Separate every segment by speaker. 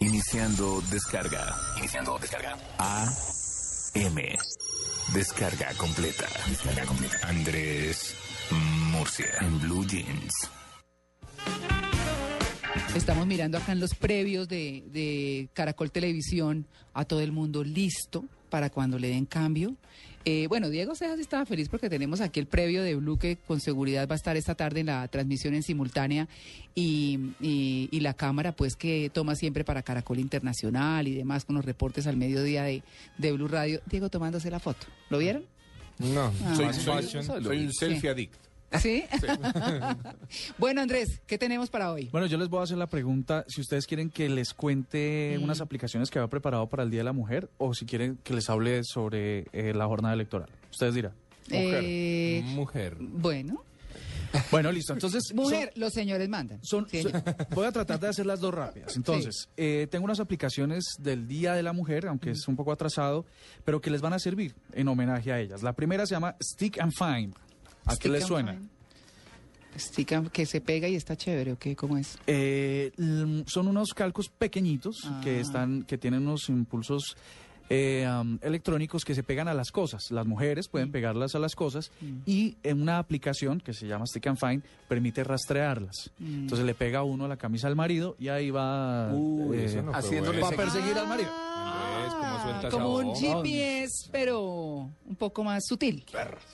Speaker 1: Iniciando descarga. Iniciando descarga. A M. Descarga completa. Descarga completa. Andrés Murcia en Blue Jeans.
Speaker 2: Estamos mirando acá en los previos de, de Caracol Televisión a todo el mundo listo para cuando le den cambio. Eh, bueno, Diego Cejas estaba feliz porque tenemos aquí el previo de Blue que con seguridad va a estar esta tarde en la transmisión en simultánea y, y- y la cámara pues que toma siempre para Caracol Internacional y demás con los reportes al mediodía de, de Blue Radio. Diego tomándose la foto. ¿Lo vieron?
Speaker 3: No,
Speaker 2: soy-
Speaker 4: Soy un selfie addict.
Speaker 2: ¿Sí? bueno, Andrés, ¿qué tenemos para hoy?
Speaker 5: Bueno, yo les voy a hacer la pregunta si ustedes quieren que les cuente unas aplicaciones que había preparado para el Día de la Mujer o si quieren que les hable sobre eh, la jornada electoral. Ustedes dirán.
Speaker 4: Mujer.
Speaker 2: Eh,
Speaker 4: Mujer.
Speaker 2: bueno,
Speaker 5: Bueno, listo. Entonces, Mm. son-
Speaker 2: mujer, los señores mandan.
Speaker 5: Son,
Speaker 2: Sí,
Speaker 5: son-
Speaker 2: señor.
Speaker 5: voy a tratar de hacer las dos rápidas. Entonces, eh, tengo unas aplicaciones del Día de la Mujer, aunque es un poco atrasado, pero que les van a servir en homenaje a ellas. La primera se llama Stick and Find. ¿A qué
Speaker 2: Stick
Speaker 5: les
Speaker 2: and
Speaker 5: suena?
Speaker 2: find. Stick and- que se pega y está chévere, ¿o qué? ¿Cómo es?
Speaker 5: Eh, l- son unos calcos pequeñitos
Speaker 2: Ah.
Speaker 5: que están, que tienen unos impulsos eh, am, electrónicos que se pegan a las cosas. Las mujeres pueden pegarlas a las cosas y en una aplicación que se llama Stick and Find permite rastrearlas. Entonces le pega uno a la camisa al marido y ahí va
Speaker 3: Uy,
Speaker 5: eh,
Speaker 3: eso no fue
Speaker 4: haciéndole
Speaker 3: bueno.
Speaker 5: va a perseguir al marido.
Speaker 4: Andrés, ¿cómo sueltas
Speaker 2: Ah, como
Speaker 4: esa
Speaker 2: un
Speaker 4: bomba?
Speaker 2: GPS, pero un poco más sutil.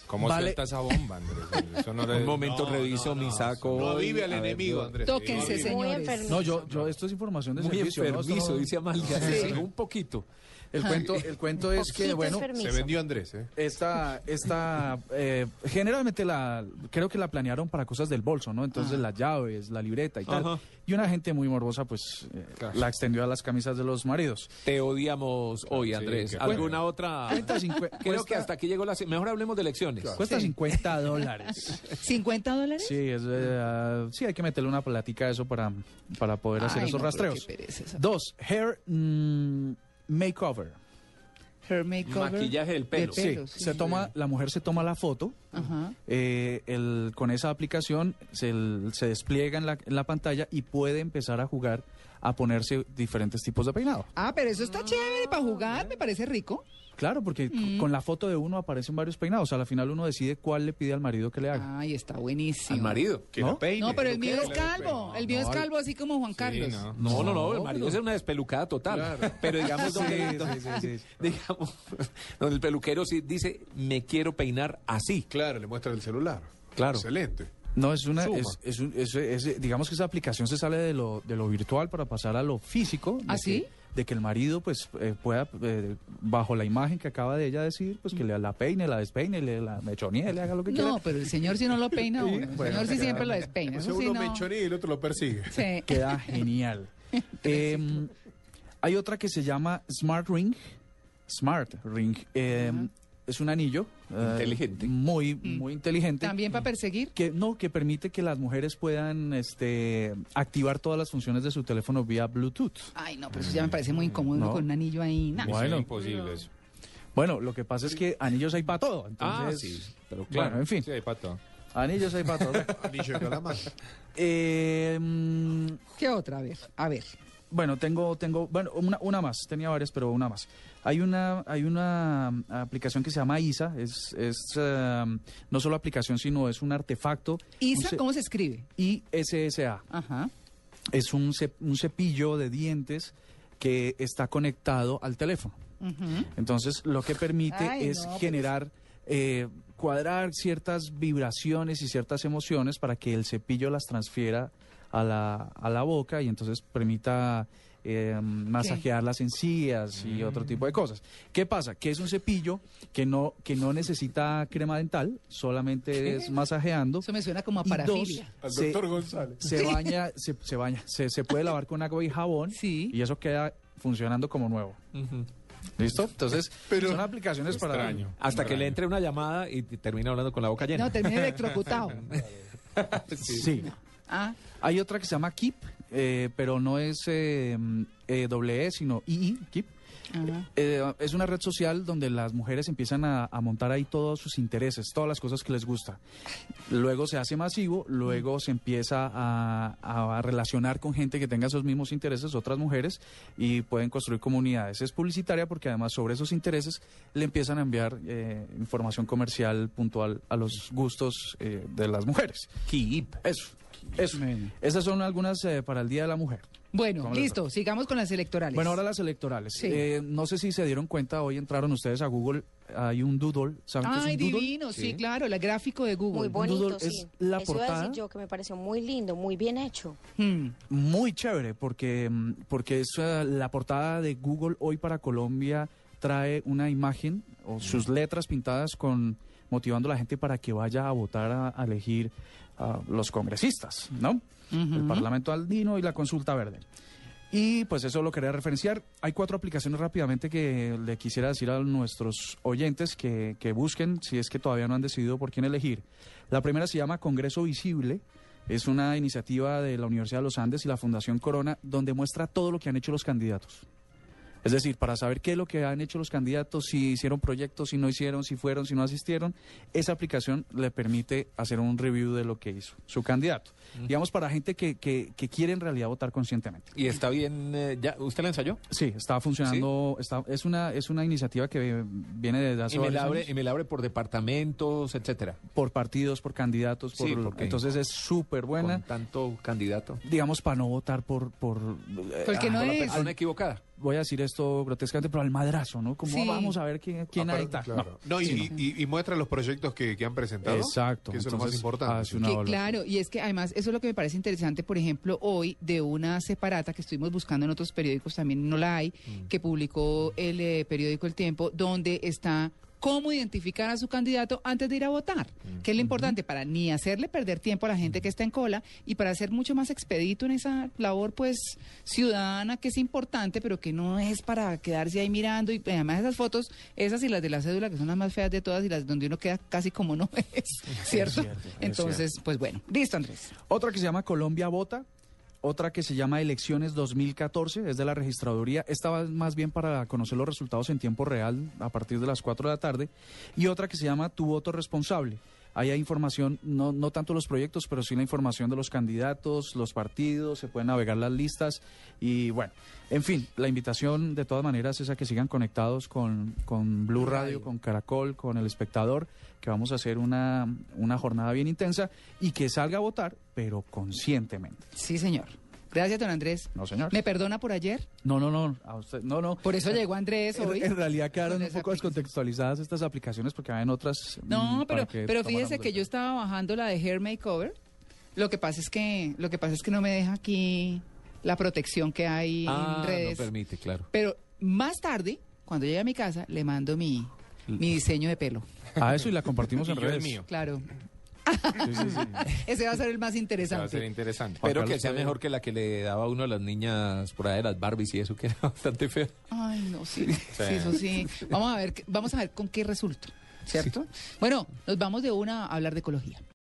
Speaker 4: ¿Cómo
Speaker 5: Vale.
Speaker 4: suelta esa bomba, Andrés? Eso no
Speaker 3: Un
Speaker 4: le-
Speaker 3: momento reviso mi saco.
Speaker 4: No
Speaker 3: hoy.
Speaker 4: vive al
Speaker 3: A ver,
Speaker 4: enemigo,
Speaker 3: yo-
Speaker 4: Andrés.
Speaker 2: Tóquense,
Speaker 4: Sí.
Speaker 6: Muy
Speaker 2: señores.
Speaker 6: enfermizo.
Speaker 5: No, yo, yo, esto es información de
Speaker 3: Ah. Muy
Speaker 5: Este servicio. ¿no? Esto
Speaker 3: enfermizo,
Speaker 5: no-
Speaker 3: dice Amalia.
Speaker 2: Sí.
Speaker 3: Sí, Un poquito.
Speaker 5: el cuento, el cuento es que,
Speaker 6: Poquito
Speaker 5: bueno,
Speaker 6: enfermizo.
Speaker 4: Se vendió Andrés, ¿eh?
Speaker 5: Esta, esta eh, generalmente la, creo que la planearon para cosas del bolso, ¿no? Entonces las llaves, la libreta y tal. Y una gente muy morbosa, pues, eh,
Speaker 4: Claro.
Speaker 5: la extendió a las camisas de los maridos.
Speaker 3: Te odiamos hoy,
Speaker 4: Sí,
Speaker 3: Andrés.
Speaker 4: qué
Speaker 3: ¿Alguna otra?
Speaker 5: Cuesta cincue-
Speaker 3: Creo que
Speaker 5: Ah, cuesta-
Speaker 3: hasta aquí llegó la... se- Mejor hablemos de elecciones.
Speaker 5: Cuesta 50 dólares.
Speaker 2: ¿50 dólares?
Speaker 5: Sí, es, eh, ah, sí, hay que meterle una platica a eso para, para poder hacer
Speaker 2: Ay,
Speaker 5: esos
Speaker 2: no, pero
Speaker 5: rastreos.
Speaker 2: qué pereza esa-
Speaker 5: Dos, hair mm, makeover.
Speaker 2: Hair makeover.
Speaker 3: Maquillaje del pelo.
Speaker 2: De pelo,
Speaker 5: sí,
Speaker 2: sí.
Speaker 5: se toma, la mujer se toma la foto.
Speaker 2: Ajá.
Speaker 5: Eh, el- con esa aplicación se, el- se despliega en la, en la pantalla y puede empezar a jugar a ponerse diferentes tipos de peinado.
Speaker 2: Ah, pero eso está chévere para jugar, me parece rico.
Speaker 5: Claro, porque c- con la foto de uno aparecen varios peinados. A la final uno decide cuál le pide al marido que le
Speaker 3: Ah.
Speaker 5: haga.
Speaker 2: Ay, está buenísimo.
Speaker 3: Al marido.
Speaker 4: Que
Speaker 5: ¿No?
Speaker 4: la peine.
Speaker 2: No, pero el
Speaker 4: Ok.
Speaker 2: mío es calvo. El mío es calvo, así como Juan Carlos.
Speaker 4: no.
Speaker 3: No, no, no, el marido es una despelucada total. Pero digamos, donde,
Speaker 5: sí, sí, sí.
Speaker 3: digamos, donde el peluquero sí dice, me quiero peinar así.
Speaker 4: Claro, le muestra el celular.
Speaker 3: Claro.
Speaker 4: Excelente.
Speaker 5: No, es una,
Speaker 4: Suma.
Speaker 5: es, es un- es- es- digamos que esa aplicación se sale de lo, de lo virtual para pasar a lo físico. de
Speaker 2: ¿Ah,
Speaker 5: que-
Speaker 2: sí?
Speaker 5: de que el marido pues eh, pueda, eh, bajo la imagen que acaba de ella decir, pues que le la peine, la despeine, le la mechonee, le haga lo que quiera.
Speaker 2: No, pero el señor si no lo peina, uno. el
Speaker 5: bueno,
Speaker 2: señor sí
Speaker 5: claro.
Speaker 2: siempre lo despeina.
Speaker 4: Ese
Speaker 2: Eso sí
Speaker 4: uno
Speaker 2: no.
Speaker 4: mechonea y el otro lo persigue.
Speaker 2: Sí.
Speaker 5: Queda Ah, genial. Em, hay otra que se llama Smart Ring. Smart Ring. em, Es un anillo. eh,
Speaker 3: Inteligente. Mm.
Speaker 5: Muy, muy inteligente.
Speaker 2: También para perseguir.
Speaker 5: Que, no, que permite que las mujeres puedan este, activar todas las funciones de su teléfono vía Bluetooth.
Speaker 2: Ay, no, pero eso ya me parece muy incómodo uno
Speaker 5: No.
Speaker 2: con un anillo ahí. Nah.
Speaker 5: Bueno.
Speaker 4: Es imposible eso.
Speaker 5: Bueno, lo que pasa es que anillos hay para todo.
Speaker 3: Ah,
Speaker 5: Entonces,
Speaker 3: sí, pero
Speaker 5: bueno,
Speaker 3: claro.
Speaker 5: en fin,
Speaker 4: Sí, hay pato.
Speaker 5: anillos hay para todo.
Speaker 4: Anillo de calamar.
Speaker 5: Em,
Speaker 2: ¿Qué otra? A ver, a ver.
Speaker 5: Bueno, tengo, tengo, bueno, una, una más, tenía varias, pero una más. Hay una, hay una mm, aplicación que se llama ISA, es, es eh, no solo aplicación, sino es un artefacto.
Speaker 2: Isa,
Speaker 5: un
Speaker 2: ¿cómo se escribe?
Speaker 5: ce- ISSA.
Speaker 2: Ajá.
Speaker 5: Es un, ce- un cepillo de dientes que está conectado al teléfono. Entonces, lo que permite
Speaker 2: Ay,
Speaker 5: es
Speaker 2: no, pero
Speaker 5: generar, eh, cuadrar ciertas vibraciones y ciertas emociones para que el cepillo las transfiera a la, a la boca y entonces permita eh, masajear las encías y otro tipo de cosas. ¿Qué pasa? Que es un cepillo que no, que no necesita crema dental, solamente es masajeando.
Speaker 2: Eso me suena como a
Speaker 5: Y dos,
Speaker 2: parafilia.
Speaker 4: Al
Speaker 5: se-
Speaker 4: doctor González.
Speaker 5: se baña, se, se baña, se, se puede lavar con agua y jabón
Speaker 2: Sí.
Speaker 5: y eso queda funcionando como nuevo. ¿Listo? Entonces,
Speaker 4: Pero-
Speaker 5: son aplicaciones para...
Speaker 4: Extraño.
Speaker 3: Hasta que le entre una llamada y te- termina hablando con la boca llena.
Speaker 2: No, termina electrocutado.
Speaker 5: Sí.
Speaker 2: Ah,
Speaker 5: Hay otra que se llama Keep, eh, pero no es eh, eh, doble E, sino II, Keep.
Speaker 2: ajá.
Speaker 5: Eh, es una red social donde las mujeres empiezan a, a montar ahí todos sus intereses, todas las cosas que les gusta. Luego se hace masivo, luego se empieza a, a relacionar con gente que tenga esos mismos intereses, otras mujeres, y pueden construir comunidades. Es publicitaria porque además sobre esos intereses le empiezan a enviar eh, información comercial puntual a los gustos eh, de las mujeres.
Speaker 3: Keep.
Speaker 5: Eso, eso.
Speaker 2: Bueno.
Speaker 5: Esas son algunas eh, para el Día de la Mujer.
Speaker 2: Bueno,
Speaker 5: ¿Cómo les
Speaker 2: listo, sigamos con las electorales.
Speaker 5: Bueno, ahora las electorales.
Speaker 2: Sí.
Speaker 5: Eh, no sé si se dieron cuenta, hoy entraron ustedes a Google, hay un doodle. ¿Saben qué es
Speaker 2: Ay,
Speaker 5: un doodle?
Speaker 2: divino, sí, claro, el gráfico de Google.
Speaker 6: Muy bonito,
Speaker 5: doodle
Speaker 6: sí.
Speaker 5: es la
Speaker 6: Eso iba a
Speaker 5: portada.
Speaker 6: decir yo que me pareció muy lindo, muy bien hecho.
Speaker 2: Hmm.
Speaker 5: Muy chévere, porque, mm, porque es eh, la portada de Google hoy para Colombia trae una imagen o sus letras pintadas con motivando a la gente para que vaya a votar a, a elegir a los congresistas, ¿no? El Parlamento Andino y la Consulta Verde. Y pues eso lo quería referenciar. Hay cuatro aplicaciones rápidamente que le quisiera decir a nuestros oyentes que, que busquen si es que todavía no han decidido por quién elegir. La primera se llama Congreso Visible. Es una iniciativa de la Universidad de los Andes y la Fundación Corona donde muestra todo lo que han hecho los candidatos. Es decir, para saber qué es lo que han hecho los candidatos, si hicieron proyectos, si no hicieron, si fueron, si no asistieron, esa aplicación le permite hacer un review de lo que hizo su candidato. Digamos, para gente que, que, que quiere en realidad votar conscientemente.
Speaker 3: ¿Y está bien? eh, ya, ¿Usted la ensayó?
Speaker 5: Sí, está funcionando, está, es una es una iniciativa que viene desde hace
Speaker 3: Y me,
Speaker 5: varios
Speaker 3: la abre,
Speaker 5: años.
Speaker 3: y me la abre por departamentos, etcétera.
Speaker 5: por partidos, por candidatos, por,
Speaker 3: Sí, porque-
Speaker 5: entonces es súper buena,
Speaker 3: Con tanto candidato. Ah,
Speaker 5: digamos para no votar por por eh,
Speaker 2: Porque no
Speaker 3: Con la
Speaker 2: es.
Speaker 3: persona equivocada.
Speaker 5: voy a decir esto grotescamente, pero al madrazo, ¿no? Como "Ah,
Speaker 2: Sí.
Speaker 5: vamos a ver quién quién hay tal.
Speaker 4: Claro. No, y, y- y muestra los proyectos que, que han presentado.
Speaker 5: Exacto,
Speaker 4: Que eso es lo más
Speaker 5: entonces,
Speaker 4: importante.
Speaker 5: hace una
Speaker 2: Que,
Speaker 5: evaluación.
Speaker 2: claro, y es que además eso es lo que me parece interesante, por ejemplo, hoy de una separata que estuvimos buscando en otros periódicos, también no la hay, que publicó el eh, periódico El Tiempo, donde está cómo identificar a su candidato antes de ir a votar, que es lo importante para ni hacerle perder tiempo a la gente que está en cola y para ser mucho más expedito en esa labor pues ciudadana que es importante, pero que no es para quedarse ahí mirando y además esas fotos, esas y las de la cédula que son las más feas de todas y las donde uno queda casi como no es, ¿cierto?
Speaker 5: cierto, es
Speaker 2: Entonces, pues bueno, listo Andrés.
Speaker 5: Otra que se llama Colombia Vota. Otra que se llama Elecciones 2014, es de la registraduría. Esta va más bien para conocer los resultados en tiempo real a partir de las 4 de la tarde. Y otra que se llama Tu Voto Responsable. Ahí hay información, no, no tanto los proyectos, pero sí la información de los candidatos, los partidos, se pueden navegar las listas. Y bueno, en fin, la invitación de todas maneras es a que sigan conectados con, con Blue Radio, con Caracol, con El Espectador, que vamos a hacer una, una jornada bien intensa y que salga a votar, pero conscientemente.
Speaker 2: Sí, señor. Gracias, don Andrés.
Speaker 5: No, señor.
Speaker 2: ¿Me perdona por ayer?
Speaker 5: No, no, no, a usted, no, no.
Speaker 2: Por eso llegó Andrés hoy.
Speaker 5: En, en realidad quedaron
Speaker 2: Con
Speaker 5: un
Speaker 2: esa
Speaker 5: poco
Speaker 2: aplicación.
Speaker 5: descontextualizadas estas aplicaciones porque hay otras. mm,
Speaker 2: No,
Speaker 5: para
Speaker 2: pero, pero
Speaker 5: tomáramos
Speaker 2: fíjese que
Speaker 5: el-
Speaker 2: yo estaba bajando la de Hair Makeover. Lo que pasa es que, lo que pasa es que no me deja aquí la protección que hay
Speaker 3: Ah,
Speaker 2: en redes.
Speaker 3: no permite, claro.
Speaker 2: pero más tarde, cuando llegue a mi casa, le mando mi, mi diseño de pelo.
Speaker 5: Ah, eso y la compartimos en
Speaker 4: Y yo el
Speaker 5: redes.
Speaker 4: mío.
Speaker 2: Claro. Ese va a ser el más
Speaker 4: Eso Va a ser
Speaker 2: interesante.
Speaker 4: interesante.
Speaker 3: Espero que
Speaker 5: Carlos
Speaker 3: sea
Speaker 5: Pérez.
Speaker 3: mejor que la que le daba uno a las niñas por ahí de las Barbies y eso, que era bastante feo.
Speaker 2: Ay, no, sí. sí, eso sí. Vamos a ver, qué- vamos a ver con qué resulta, ¿cierto? Bueno, nos vamos de una a hablar de ecología.